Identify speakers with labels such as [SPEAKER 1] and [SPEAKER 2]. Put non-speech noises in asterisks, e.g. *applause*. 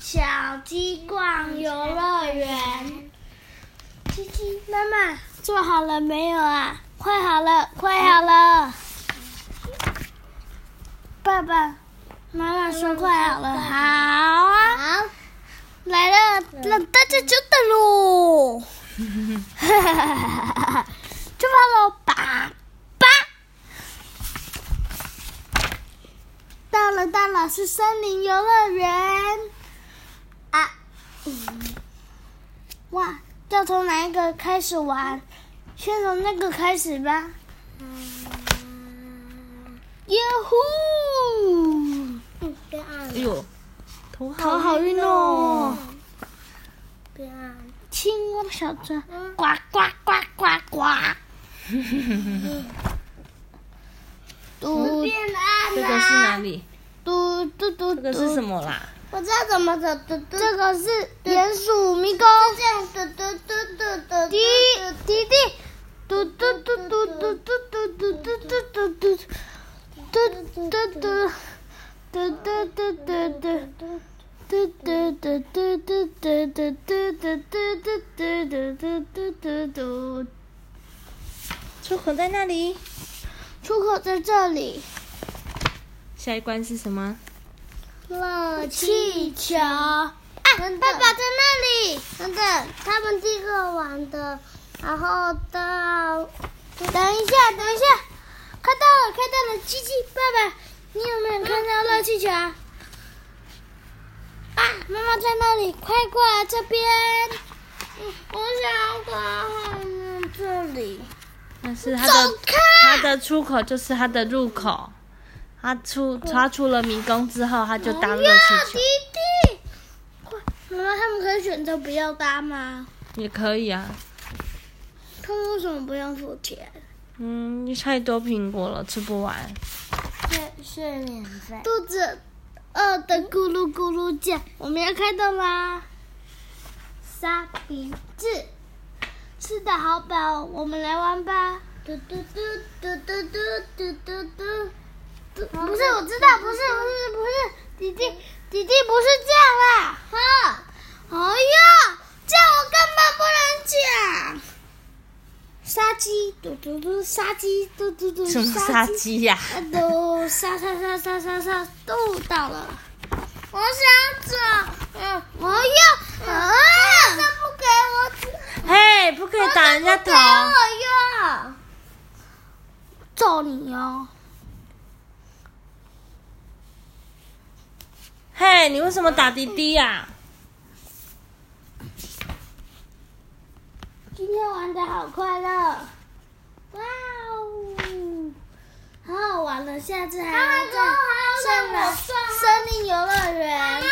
[SPEAKER 1] 小鸡逛游乐园。鸡鸡妈妈做好了没有啊？快好了，快好了。爸爸，妈妈说快好了，好啊。
[SPEAKER 2] 好，
[SPEAKER 1] 来了，让大家久等 *laughs* 喽！哈哈哈哈哈！出发喽，爸爸！到了，到了，是森林游乐园啊！哇，要从哪一个开始玩？先从那个开始吧。耶呼！
[SPEAKER 2] 嗯，变暗
[SPEAKER 3] 哎
[SPEAKER 2] 了，
[SPEAKER 3] 呦，头好
[SPEAKER 1] 头好晕哦。
[SPEAKER 2] 变暗了。
[SPEAKER 1] 青蛙小船，呱呱呱呱呱。嘟
[SPEAKER 2] 变暗
[SPEAKER 3] 这个是哪里？
[SPEAKER 1] 嘟嘟嘟
[SPEAKER 3] 这个是什
[SPEAKER 1] 嘟，
[SPEAKER 3] 么啦？
[SPEAKER 2] 我知道怎么走，嘟嘟，
[SPEAKER 1] 这个是鼹鼠迷宫。
[SPEAKER 2] 这样嘟嘟嘟嘟嘟。
[SPEAKER 1] 滴滴滴，嘟嘟嘟嘟嘟嘟嘟嘟嘟嘟嘟嘟嘟嘟嘟嘟嘟嘟嘟嘟嘟。嘟嘟嘟嘟嘟嘟嘟嘟嘟嘟嘟嘟嘟嘟嘟嘟嘟，
[SPEAKER 3] 出口在那里。
[SPEAKER 1] 出口在这里。
[SPEAKER 3] 下一关是什么？
[SPEAKER 2] 热
[SPEAKER 1] 气球啊，
[SPEAKER 2] 等等
[SPEAKER 1] 爸爸在那里。
[SPEAKER 2] 等等，他们第一个玩的，然后到
[SPEAKER 1] 等一下，等一下，快到了，快到了！鸡鸡爸爸，你有没有看到热气球啊？啊，妈妈在那里，快过来这边！我想过面这里。
[SPEAKER 3] 那是它
[SPEAKER 1] 走
[SPEAKER 3] 的
[SPEAKER 1] 开！
[SPEAKER 3] 它的出口，就是它的入口。它出它出了迷宫之后，它就
[SPEAKER 1] 不
[SPEAKER 3] 当热
[SPEAKER 1] 要，
[SPEAKER 3] 气
[SPEAKER 1] 弟
[SPEAKER 3] 球
[SPEAKER 1] 弟！快妈妈，他们可以选择不要搭吗？
[SPEAKER 3] 也可以啊。
[SPEAKER 1] 他们为什么不用付钱？
[SPEAKER 3] 嗯，太多苹果了，吃不完。
[SPEAKER 2] 是是免费。
[SPEAKER 1] 肚子饿的咕噜咕噜叫，我们要开动啦！沙鼻子，吃的好饱，我们来玩吧。
[SPEAKER 2] 嘟嘟嘟嘟嘟嘟嘟嘟嘟。嗯
[SPEAKER 1] 不是，我知道，不是，不是，不是，弟弟，弟弟不是这样啦。哈，哎呀，这样我根本不能讲。杀鸡，嘟嘟嘟，杀鸡，嘟嘟嘟，
[SPEAKER 3] 什么杀鸡呀、
[SPEAKER 1] 啊，都杀杀杀杀杀杀都到了。我想走，嗯，我要啊！这不给我，
[SPEAKER 3] 嘿，不可以打人家头
[SPEAKER 1] 给。我要，揍你哦！
[SPEAKER 3] 嘿，你为什么打滴滴呀、
[SPEAKER 1] 今天玩的好快乐，哇哦，好好玩了，下次还要再上了森林游乐园。